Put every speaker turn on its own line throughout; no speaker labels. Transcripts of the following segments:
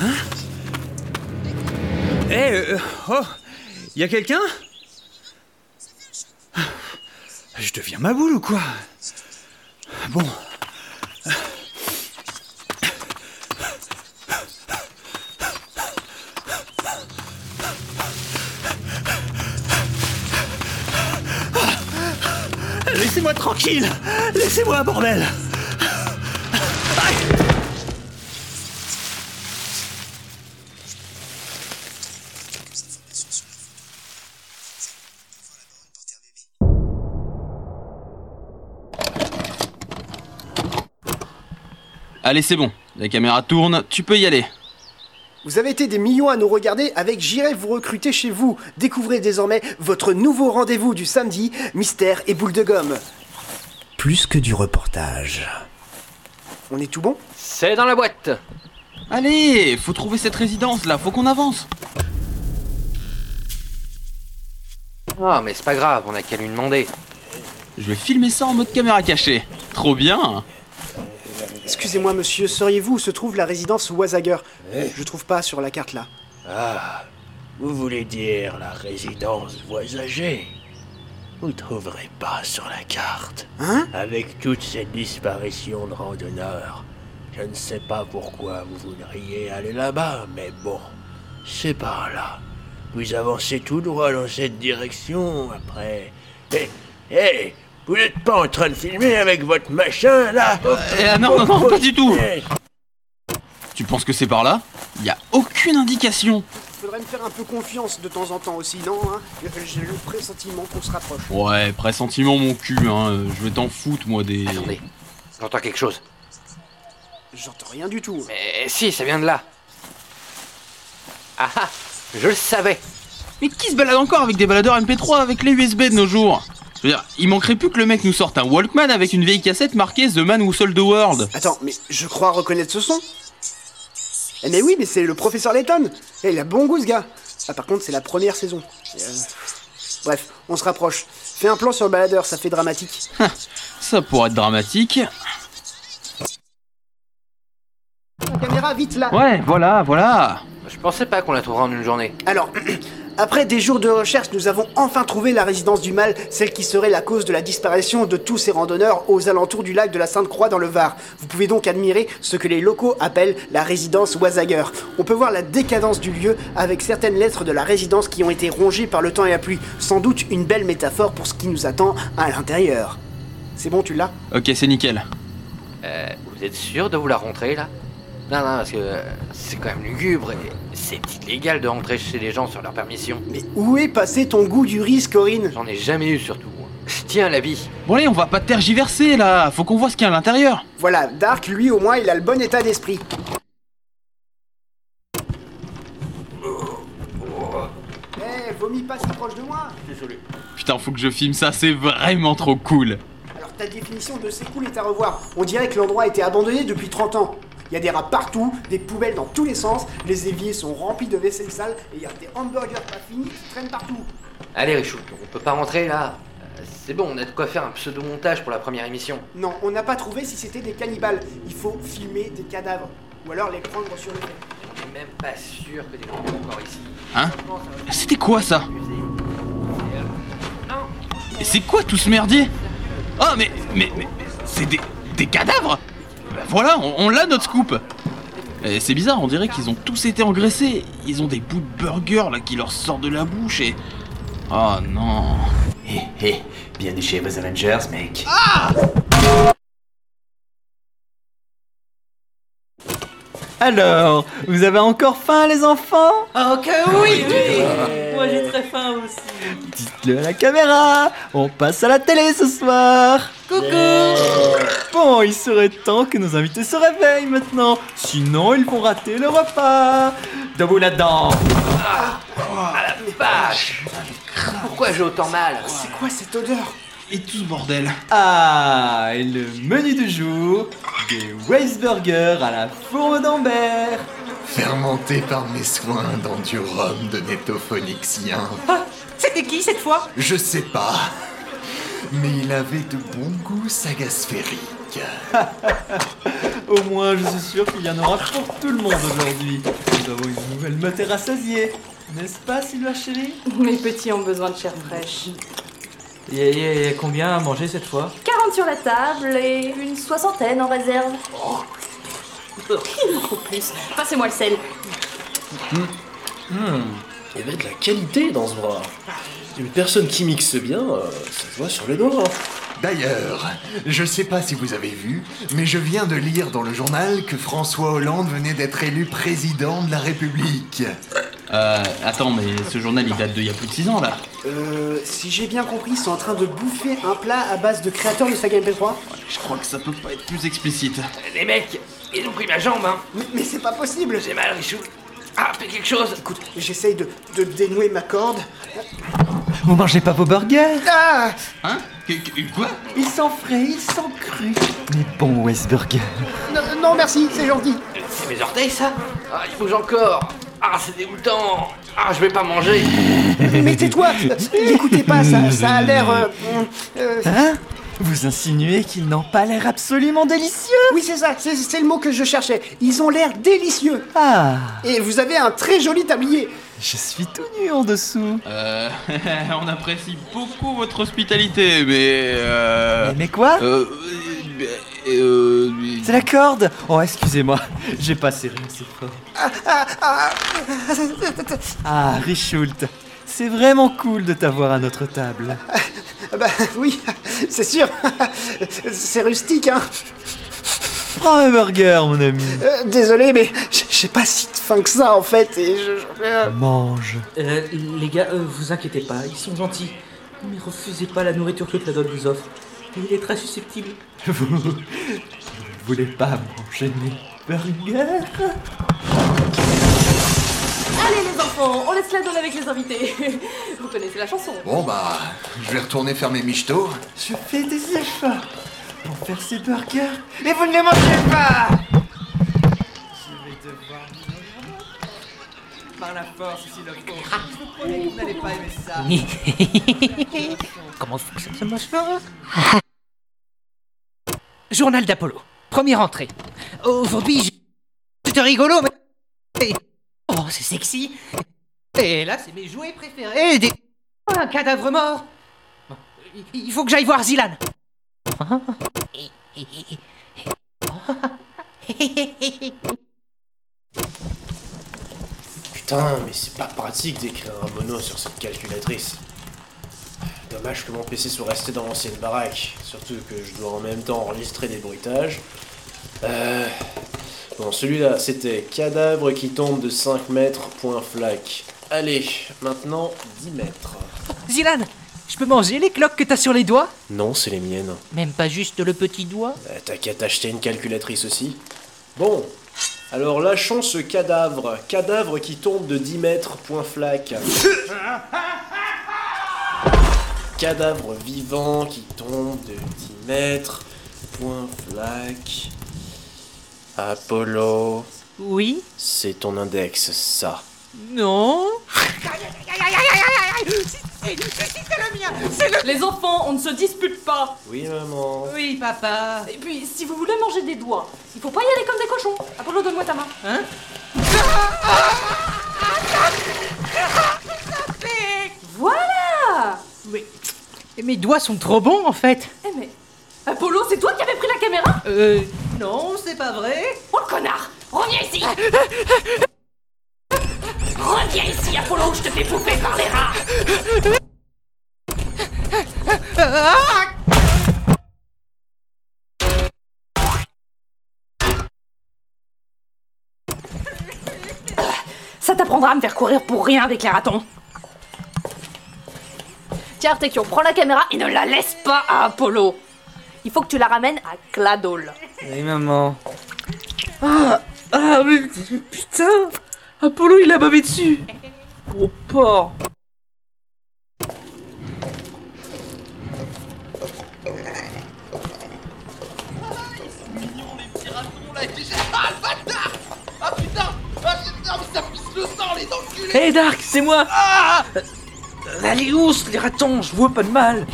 Hein Eh euh, Oh Y a quelqu'un Je deviens ma boule ou quoi Bon. Laissez-moi tranquille Laissez-moi, bordel Aïe
Allez, c'est bon. La caméra tourne, tu peux y aller.
Vous avez été des millions à nous regarder avec J'irai vous recruter chez vous. Découvrez désormais votre nouveau rendez-vous du samedi, Mystère et Boule de Gomme.
Plus que du reportage.
On est tout bon
C'est dans la boîte.
Allez, faut trouver cette résidence là, faut qu'on avance.
Ah, mais c'est pas grave, on a qu'à lui demander.
Je vais filmer ça en mode caméra cachée. Trop bien.
Excusez-moi monsieur, sauriez-vous où se trouve la résidence Wasager Je trouve pas sur la carte là.
Ah, vous voulez dire la résidence voisagée Vous trouverez pas sur la carte.
Hein
Avec toute cette disparition de randonneurs, je ne sais pas pourquoi vous voudriez aller là-bas, mais bon, c'est par là. Vous avancez tout droit dans cette direction, après... Hé, hé Vous n'êtes pas en train de filmer avec votre machin, là Eh.
Eh, non, non, non, pas du tout. Tu penses que c'est par là Y a aucune indication.
Faudrait me faire un peu confiance de temps en temps aussi, non hein J'ai le pressentiment qu'on se rapproche.
Ouais, pressentiment mon cul, hein. euh, Je vais t'en foutre moi des.
Attendez, j'entends quelque chose.
J'entends rien du tout.
Mais si, ça vient de là. Ah ah, je le savais.
Mais qui se balade encore avec des baladeurs MP3 avec les USB de nos jours Je veux dire, il manquerait plus que le mec nous sorte un Walkman avec une vieille cassette marquée The Man Who Sold the World.
Attends, mais je crois reconnaître ce son. Eh mais oui, mais c'est le professeur Layton. Eh, il a bon goût ce gars. Ah par contre, c'est la première saison. Euh, Bref, on se rapproche. Fais un plan sur le baladeur, ça fait dramatique.
Ça pourrait être dramatique.
La caméra, vite là.
Ouais, voilà, voilà.
Je pensais pas qu'on la trouverait en une journée.
Alors, après des jours de recherche, nous avons enfin trouvé la résidence du mal, celle qui serait la cause de la disparition de tous ces randonneurs aux alentours du lac de la Sainte-Croix dans le Var. Vous pouvez donc admirer ce que les locaux appellent la résidence Wasager. On peut voir la décadence du lieu avec certaines lettres de la résidence qui ont été rongées par le temps et la pluie. Sans doute une belle métaphore pour ce qui nous attend à l'intérieur. C'est bon, tu l'as
Ok, c'est nickel.
Euh, vous êtes sûr de vouloir rentrer là Non, non, parce que euh, c'est quand même lugubre et c'est illégal de rentrer chez les gens sans leur permission.
Mais où est passé ton goût du risque, Corinne
J'en ai jamais eu surtout. Je tiens à la vie.
Bon allez, on va pas tergiverser là, faut qu'on voit ce qu'il y a à l'intérieur.
Voilà, Dark, lui au moins, il a le bon état d'esprit. Eh, vomis pas si proche de moi
Putain, faut que je filme ça, c'est vraiment trop cool.
Alors ta définition de c'est cool est à revoir. On dirait que l'endroit a été abandonné depuis 30 ans. Il y a des rats partout, des poubelles dans tous les sens, les éviers sont remplis de vaisselle sale et il y a des hamburgers pas finis qui traînent partout.
Allez, Richou, on peut pas rentrer là. Euh, C'est bon, on a de quoi faire un pseudo-montage pour la première émission.
Non, on n'a pas trouvé si c'était des cannibales. Il faut filmer des cadavres. Ou alors les prendre sur le
On est même pas sûr que des gens sont encore ici.
Hein
Franchement, ça va
C'était quoi ça
m'amuser. Et, euh, Non,
Et c'est quoi tout ce merdier Ah mais, mais, mais, c'est des, des cadavres Bah voilà, on, on l'a notre scoop Et c'est bizarre, on dirait qu'ils ont tous été engraissés. Ils ont des bouts de burger là qui leur sortent de la bouche et... Oh non...
Hé hé, bienvenue chez Buzz Avengers, mec.
Ah
Alors, vous avez encore faim les enfants
Oh que oui, oui Moi j'ai très faim aussi.
Dites-le à la caméra On passe à la télé ce soir
Coucou
Bon, il serait temps que nos invités se réveillent maintenant, sinon ils vont rater le repas Debout là-dedans
pourquoi j'ai autant mal
C'est quoi cette odeur
Et tout ce bordel
Ah, et le menu du jour Des Weisburgers à la fourme d'Ambert
Fermenté par mes soins dans du rhum de nétophonixien.
C'était qui cette fois
Je sais pas. Mais il avait de bons goûts sagasphériques.
Au moins, je suis sûr qu'il y en aura pour tout le monde aujourd'hui. Nous avons une nouvelle meute rassasiée. N'est-ce pas, Sylvain chérie
Les petits ont besoin de chair fraîche.
Il y, a- il y a- il y a combien à manger cette fois
40 sur la table et une soixantaine en réserve. Il en faut plus. Passez-moi le sel.
Hmm, Il y avait de la qualité dans ce bras. Une personne qui mixe bien, euh, ça se voit sur les doigts. hein.
D'ailleurs, je sais pas si vous avez vu, mais je viens de lire dans le journal que François Hollande venait d'être élu président de la République.
Euh, attends, mais ce journal il date d'il y a plus de 6 ans là.
Euh, si j'ai bien compris, ils sont en train de bouffer un plat à base de créateurs de saga MP3.
Je crois que ça peut pas être plus explicite.
Les mecs, ils ont pris ma jambe, hein
Mais, mais c'est pas possible
J'ai mal, Richou Ah, fais quelque chose
Écoute, j'essaye de, de dénouer ma corde.
Vous mangez pas vos burgers
Ah
Hein Qu- qu- Quoi
Ils sont frais, ils sont crus.
Les bons Westburger.
Non, non, merci, c'est gentil.
C'est mes orteils, ça Ah, il bouge encore Ah, c'est dégoûtant Ah, je vais pas manger
Mais tais-toi N'écoutez pas, ça, ça a l'air... euh, euh,
Hein Vous insinuez qu'ils n'ont pas l'air absolument délicieux
Oui, c'est ça, c'est- c'est le mot que je cherchais. Ils ont l'air délicieux.
Ah
Et vous avez un très joli tablier.
Je suis tout nu en dessous.
Euh, on apprécie beaucoup votre hospitalité, mais. Euh...
Mais quoi
euh, euh, euh,
C'est la corde Oh, excusez-moi, j'ai pas serré assez fort.
ah,
Ah, Richult, c'est vraiment cool de t'avoir à notre table.
Ah Bah oui, c'est sûr. C'est rustique, hein.
Prends un burger, mon ami.
Euh, désolé, mais j- j'ai pas si faim que ça, en fait. Et je... je- euh,
Mange.
Euh, les gars, euh, vous inquiétez pas, ils sont gentils. Mais refusez pas la nourriture que Cladol vous offre. Il est très susceptible.
Vous vous ne voulez pas manger mes burgers
Allez les enfants, on laisse la donne avec les invités. Vous connaissez la chanson.
Bon bah, je vais retourner faire mes michetots.
Je fais des efforts pour faire ces burgers, mais vous ne les mangez pas Je vais devoir par la force s'il le faut. Je vous promets que vous n'allez pas aimer ça.
Comment fonctionne ce mouchoir Journal d'Apollo. Première entrée. Aujourd'hui, je- c'est rigolo, mais... Oh, c'est sexy. Et là, c'est mes jouets préférés. Des... Un cadavre mort. Il faut que j'aille voir Zilan.
Putain, mais c'est pas pratique d'écrire un mono sur cette calculatrice. Dommage que mon PC soit resté dans l'ancienne baraque, surtout que je dois en même temps enregistrer des bruitages. Euh... Bon, celui-là, c'était cadavre qui tombe de 5 mètres, point flac. Allez, maintenant 10 mètres.
Zilan, je peux manger les cloques que t'as sur les doigts
Non, c'est les miennes.
Même pas juste le petit doigt
Euh, T'as qu'à t'acheter une calculatrice aussi. Bon, alors lâchons ce cadavre. Cadavre qui tombe de 10 mètres, point flac. cadavre vivant qui tombe de 10 mètres, point flac. Apollo.
Oui
C'est ton index, ça.
Non
C'est le mien Les enfants, on ne se dispute pas
Oui, maman.
Oui, papa
Et puis, si vous voulez manger des doigts, il faut pas y aller comme des cochons. Apollo, donne-moi ta main.
Hein
Voilà
Mais mes doigts sont trop bons en fait
Eh mais... Apollo, c'est toi qui avais pris la caméra
Euh. Non, c'est pas vrai
Oh le connard Reviens ici Reviens ici, Apollo, je te fais bouffer par les rats Ça t'apprendra à me faire courir pour rien avec les ratons. Tiens, Artekion, prends la caméra et ne la laisse pas à Apollo. Il faut que tu la ramènes à Cladol.
Oui, maman.
Ah Ah mais putain Apollo il a babé dessus Oh porc
Ah putain Ah putain, mais ça pisse le sang, les enculés
Hé Dark, c'est moi Euh, Ah Allez ours, les ratons, je vois pas de mal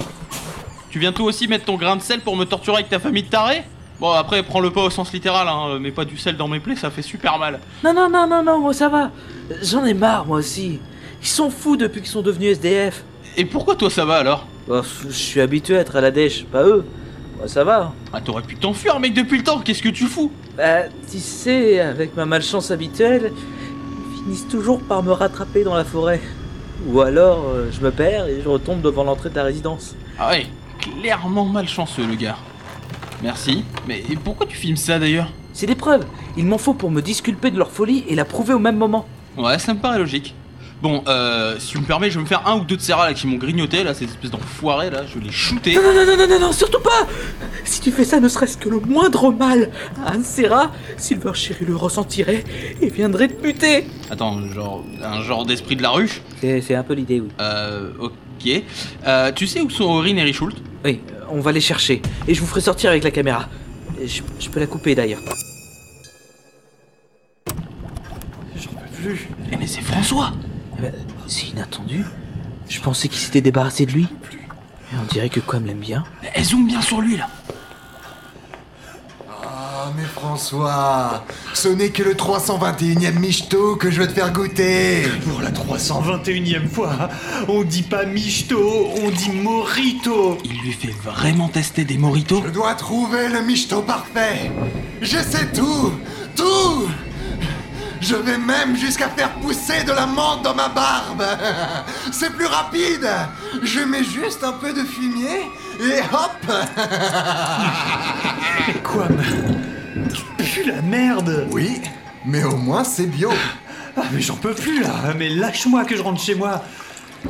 Tu viens toi aussi mettre ton grain de sel pour me torturer avec ta famille de tarés Bon, après, prends le pas au sens littéral, hein, mais pas du sel dans mes plaies, ça fait super mal.
Non, non, non, non, non, moi ça va. J'en ai marre, moi aussi. Ils sont fous depuis qu'ils sont devenus SDF.
Et pourquoi toi ça va alors
Bah, je suis habitué à être à la dèche, pas eux. Moi ça va.
Ah, t'aurais pu t'enfuir, mec, depuis le temps, qu'est-ce que tu fous
Bah, tu sais, avec ma malchance habituelle, ils finissent toujours par me rattraper dans la forêt. Ou alors, euh, je me perds et je retombe devant l'entrée de la résidence.
Ah ouais, clairement malchanceux le gars. Merci, mais pourquoi tu filmes ça d'ailleurs
C'est des preuves. Il m'en faut pour me disculper de leur folie et la prouver au même moment.
Ouais, ça me paraît logique. Bon, euh, si tu me permets, je vais me faire un ou deux de ces rats là qui m'ont grignoté, là, ces espèces d'enfoirés là, je vais les shooter.
Non, non, non, non, non, non, surtout pas Si tu fais ça, ne serait-ce que le moindre mal à un de ces rats, Silver Chéri le ressentirait et viendrait te buter.
Attends, genre, un genre d'esprit de la ruche
C'est c'est un peu l'idée, oui.
Euh, ok. Euh, tu sais où sont Orin et Richult
Oui, euh, on va les chercher. Et je vous ferai sortir avec la caméra. Et Je, je peux la couper d'ailleurs.
Plus.
Eh, mais c'est François
Eh ben, C'est inattendu. Je pensais qu'il s'était débarrassé de lui. Et on dirait que Quam l'aime bien.
Eh, zoom bien sur lui là
Ah, mais François, ce n'est que le 321ème michto que je veux te faire goûter.
Pour la 321ème fois, on dit pas michto, on dit morito.
Il lui fait vraiment tester des moritos
Je dois trouver le michto parfait. Je sais tout, tout. Je vais même jusqu'à faire pousser de la menthe dans ma barbe. C'est plus rapide. Je mets juste un peu de fumier et hop.
Quoi, Pue la merde
Oui, mais au moins c'est bio.
Ah, mais j'en peux plus là Mais lâche-moi que je rentre chez moi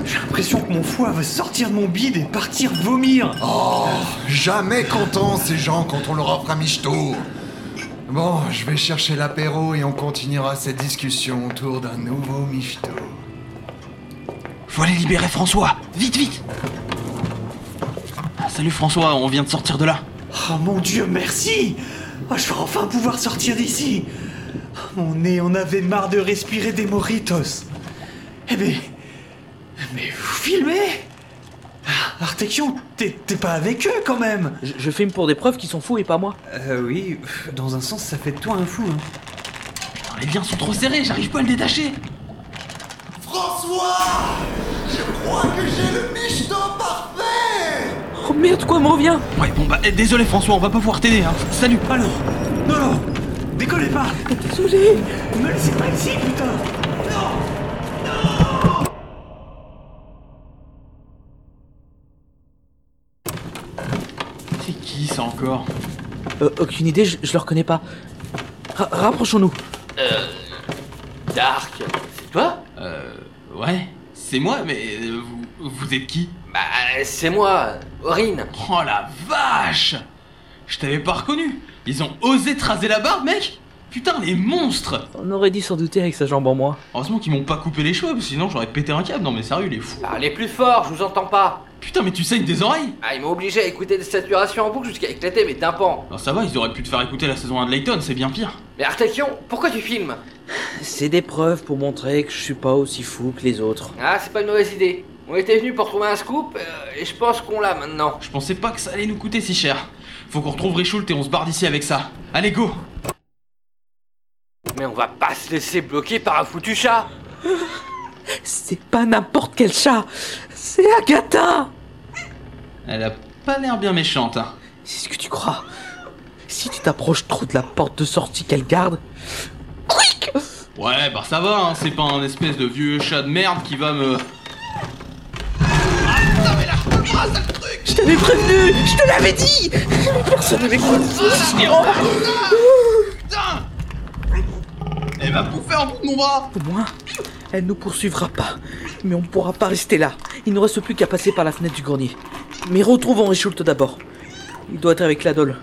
J'ai l'impression que mon foie veut sortir de mon bide et partir vomir
Oh, jamais contents ces gens quand on leur offre un michto. Bon, je vais chercher l'apéro et on continuera cette discussion autour d'un nouveau michto.
Faut aller libérer François Vite, vite Ah, Salut François, on vient de sortir de là.
Oh mon dieu, merci Ah, Je vais enfin pouvoir sortir d'ici Ah, Mon nez en avait marre de respirer des moritos Eh ben... Mais vous filmez Ah, Artekion, t'es t'es pas avec eux quand même
Je, je filme pour des preuves qui sont fous et pas moi.
Euh oui, dans un sens ça fait de toi un fou. Hein.
Putain, les liens sont trop serrés, j'arrive pas à le détacher
François Je crois que j'ai le michto parfait
Oh merde, Quam revient
Ouais, bon bah, eh, désolé François, on va pas pouvoir t'aider, hein. Salut
Alors, non, non, décollez pas
Désolé
Ne me laissez pas ici, putain Non
C'est qui ça encore
Euh, aucune idée, je, je le reconnais pas. Ra- Rapprochons-nous.
Euh. Dark, c'est toi
Euh... Ouais, c'est moi, mais euh, vous, vous êtes qui
Bah, c'est moi, Aurine.
Oh la vache Je t'avais pas reconnu Ils ont osé te raser la barbe, mec Putain, les monstres
On aurait dû s'en douter avec sa jambe en moi.
Heureusement qu'ils m'ont pas coupé les cheveux, parce que sinon j'aurais pété un câble. Non mais sérieux, les fous
Parlez plus fort, je vous entends pas.
Putain, mais tu saignes des oreilles
Ah, ils m'ont obligé à écouter des saturations en boucle jusqu'à éclater mes tympans.
Non, ça va, ils auraient pu te faire écouter la saison 1 de Layton, c'est bien pire.
Mais Artekion, pourquoi tu filmes
C'est des preuves pour montrer que je suis pas aussi fou que les autres.
Ah, c'est pas une mauvaise idée. On était venus pour trouver un scoop, euh, et je pense qu'on l'a maintenant.
Je pensais pas que ça allait nous coûter si cher. Faut qu'on retrouve Richoult et on se barre d'ici avec ça. Allez, go
Mais on va pas se laisser bloquer par un foutu chat.
C'est pas n'importe quel chat C'est Agatha
Elle a pas l'air bien méchante, hein.
C'est ce que tu crois. Si tu t'approches trop de la porte de sortie qu'elle garde. Quick
Ouais, bah ça va, hein, c'est pas un espèce de vieux chat de merde qui va me...
Je t'avais prévenu Je te l'avais dit Mais Personne ne m'écoute
Putain
Eh ben,
Elle m'a bouffé un bout de mon bras
Au moins, elle nous poursuivra pas. Mais on ne pourra pas rester là. Il ne reste plus qu'à passer par la fenêtre du grenier. Mais retrouvons Richult d'abord. Il doit être avec la doll.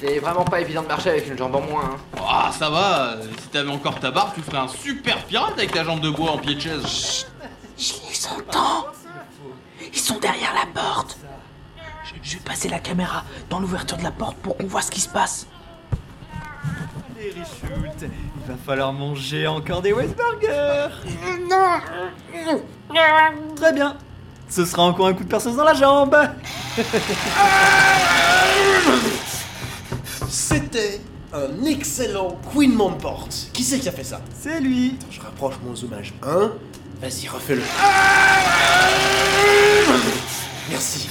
C'est vraiment pas évident de marcher avec une jambe en moins. hein.
Ah, ça va, euh, si t'avais encore ta barbe, tu ferais un super pirate avec ta jambe de bois en pied de chaise.
Je les entends Ils sont derrière la porte je, je vais passer la caméra dans l'ouverture de la porte pour qu'on voit ce qui se passe.
Allez, Richoult, il va falloir manger encore des Westburgers Très bien Ce sera encore un coup de perceuse dans la jambe
C'était un excellent Queen Port. Qui c'est qui a fait ça
C'est lui.
Attends, je rapproche mon zoomage 1. Vas-y, refais-le. Merci.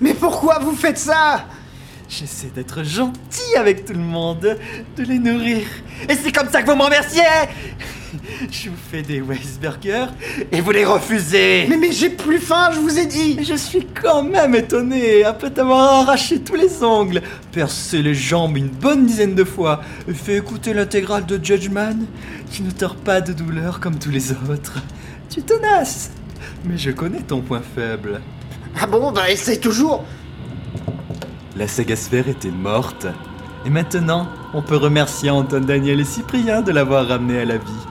Mais pourquoi vous faites ça
J'essaie d'être gentil avec tout le monde, de les nourrir. Et c'est comme ça que vous me remerciez Je vous fais des Weisburgers et vous les refusez
Mais, mais j'ai plus faim, Hein, je vous ai dit
Je suis quand même étonné, après t'avoir arraché tous les ongles, percé les jambes une bonne dizaine de fois, et fait écouter l'intégrale de Judgman, tu ne tords pas de douleur comme tous les autres. Tu tenaces Mais je connais ton point faible.
Ah bon, bah essaye toujours
La saga sphère était morte.
Et maintenant, on peut remercier Anton Daniel et Cyprien de l'avoir ramené à la vie.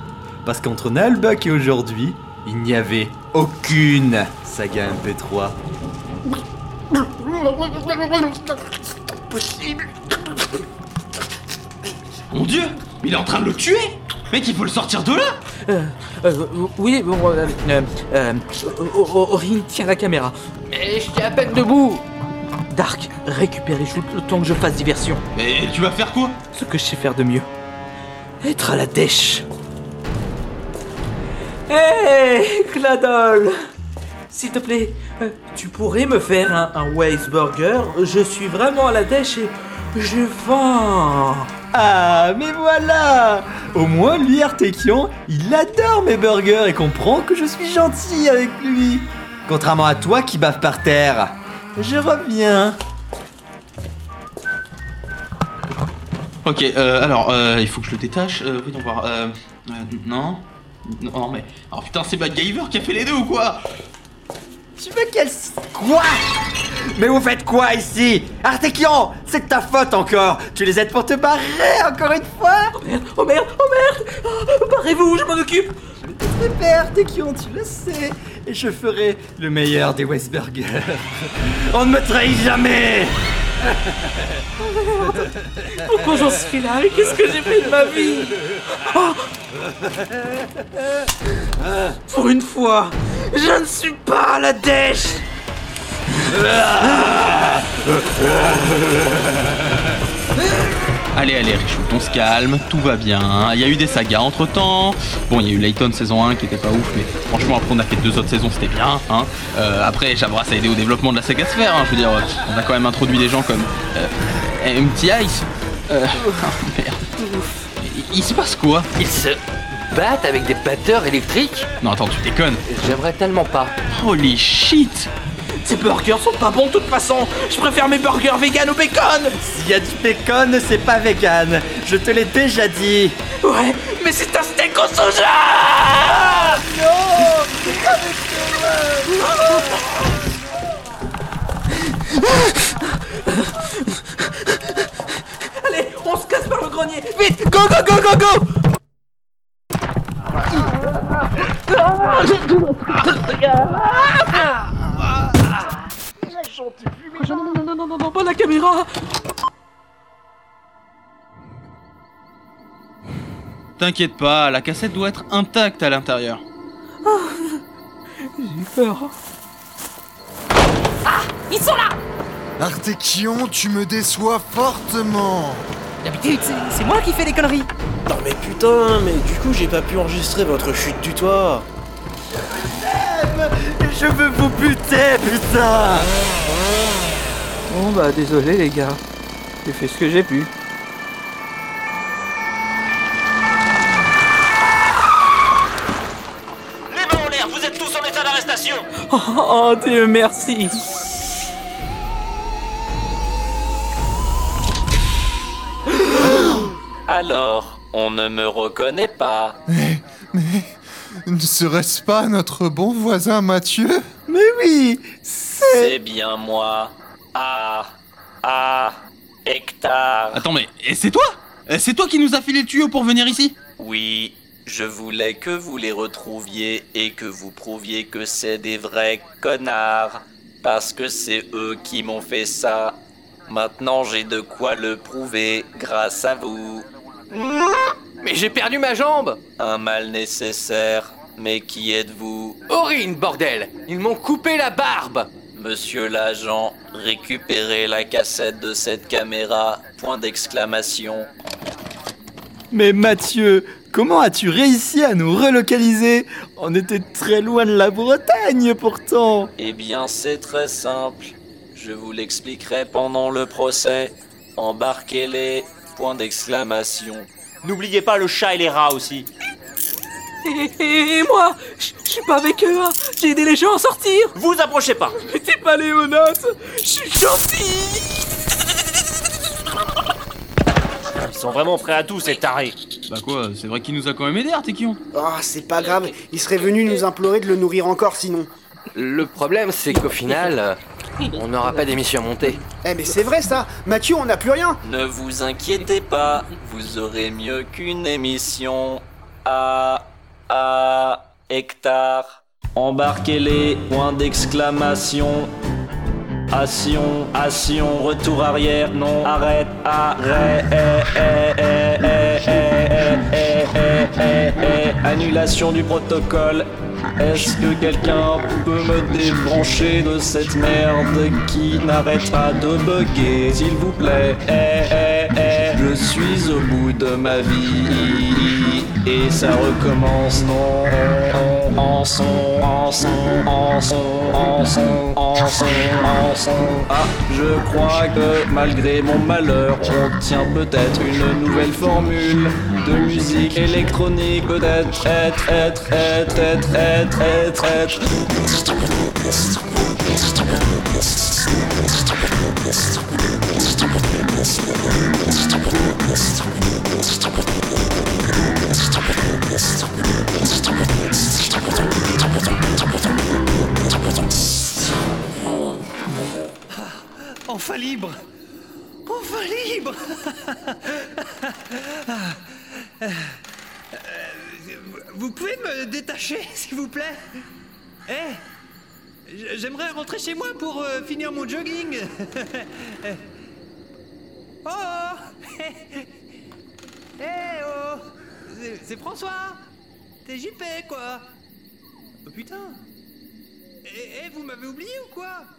Parce qu'entre Nalbuck et aujourd'hui, il n'y avait aucune saga MP3.
Possible
Mon dieu Il est en train de le tuer Mec, il faut le sortir de là
Euh, euh, oui, bon, euh, euh, euh, O- O- Aurine, tiens la caméra.
Mais je suis Eh, à peine debout
Dark, récupère les shoots le temps que je fasse diversion.
Mais tu vas faire quoi
Ce que je sais faire de mieux. Être à la dèche. Hé, Cladol S'il te plaît, euh, tu pourrais me faire un, un Weisburger Je suis vraiment à la dèche et je vends.
Ah, mais voilà Au moins, lui, Artekion, il adore mes burgers et comprend que je suis gentil avec lui. Contrairement à toi qui bave par terre. Je reviens.
Ok, euh, alors, euh, il faut que je le détache. Euh, voyons voir. Euh, euh, non Non, non, mais... Alors putain, c'est MacGyver qui a fait les deux ou quoi
Tu veux qu'elle... s- Quoi Mais vous faites quoi ici Artekion, c'est de ta faute encore Tu les aides pour te barrer encore une fois Oh
merde, oh merde, oh merde Barrez-vous, je m'en occupe
Super, Artekion, tu le sais Et je ferai le meilleur des Westburgers On ne me trahit jamais
Pourquoi j'en suis là Qu'est-ce que j'ai fait de ma vie Oh, Pour une fois, je ne suis pas à la dèche
Allez, allez, Richoult, on se calme, tout va bien. Il y a eu des sagas entre temps. Bon, il y a eu Layton saison 1 qui était pas ouf, mais franchement, après, on a fait deux autres saisons, c'était bien. Hein. Euh, après, Jabras a aidé au développement de la saga sphère. hein. Je veux dire, euh, on a quand même introduit des gens comme euh, MT Ice. Euh, oh, merde. Il se passe quoi
Ils se battent avec des batteurs électriques
Non, attends, tu déconnes.
J'aimerais tellement pas.
Holy shit
Ces burgers sont pas bons de toute façon Je préfère mes burgers vegan au bacon
S'il y a du bacon, c'est pas vegan Je te l'ai déjà dit
Ouais, mais c'est un steak au soja Allez, on se casse par le grenier Vite Go, go, go, go, go Non, non, non, non, non, non, pas la caméra
T'inquiète pas, la cassette doit être intacte à l'intérieur.
J'ai peur.
Ils sont là
Artekion, tu me déçois fortement
D'habitude, c'est c'est moi qui fais les conneries
Non mais putain, mais du coup j'ai pas pu enregistrer votre chute du toit.
Je veux vous buter, putain
Bon bah désolé les gars, j'ai fait ce que j'ai pu.
Les mains en l'air, vous êtes tous en état d'arrestation
Oh, oh, Dieu merci
Alors, on ne me reconnaît pas.
Ne serait-ce pas notre bon voisin Mathieu
Mais oui
C'est bien moi. Ah, ah, hectare.
Attends, mais et c'est toi Euh, C'est toi qui nous a filé le tuyau pour venir ici
Oui, je voulais que vous les retrouviez et que vous prouviez que c'est des vrais connards. Parce que c'est eux qui m'ont fait ça. Maintenant, j'ai de quoi le prouver grâce à vous.
hein. Mais j'ai perdu ma jambe
Un mal nécessaire. Mais qui êtes-vous
Aurine, bordel Ils m'ont coupé la barbe
Monsieur l'agent, récupérez la cassette de cette caméra. Point d'exclamation.
Mais Mathieu, comment as-tu réussi à nous relocaliser On était très loin de la Bretagne pourtant
Eh bien, c'est très simple. Je vous l'expliquerai pendant le procès. Embarquez-les. Point d'exclamation.
N'oubliez pas le chat et les rats aussi.
Et moi, je je suis pas avec eux, hein. j'ai aidé les gens à sortir.
Vous approchez pas.
Mais t'es pas Léonas, je suis gentil.
Ils sont vraiment prêts à tout, ces tarés.
Bah quoi, c'est vrai qu'il nous a quand même aidé, Artekion.
Ah, c'est pas grave, il serait venu nous implorer de le nourrir encore sinon.
Le problème, c'est qu'au final, euh, on n'aura pas d'émission montée.
Eh, mais c'est vrai ça Mathieu, on n'a plus rien
Ne vous inquiétez pas, vous aurez mieux qu'une émission à à hectare. Embarquez-les, point d'exclamation. Action, action, retour arrière, non, arrête, arrêt, eh, eh, eh, eh, eh, eh, eh, eh, eh, eh, annulation du protocole. Est-ce que quelqu'un peut me débrancher de cette merde qui n'arrête pas de bugger, s'il vous plaît Eh, eh, eh, je suis au bout de ma vie et ça recommence, non En son, en son, en son, en son, en son, en son. Ah, je crois que malgré mon malheur, on tient peut-être une nouvelle formule de musique électronique, peut-être, être, être, être, être, être, être, être.
Enfin libre Enfin libre Ah, euh, euh, Vous pouvez me détacher, s'il vous plaît Eh j- J'aimerais rentrer chez moi pour euh, finir mon jogging Oh Eh oh C'est- C'est François C'est JP, quoi Oh putain Eh, eh, vous m'avez oublié ou quoi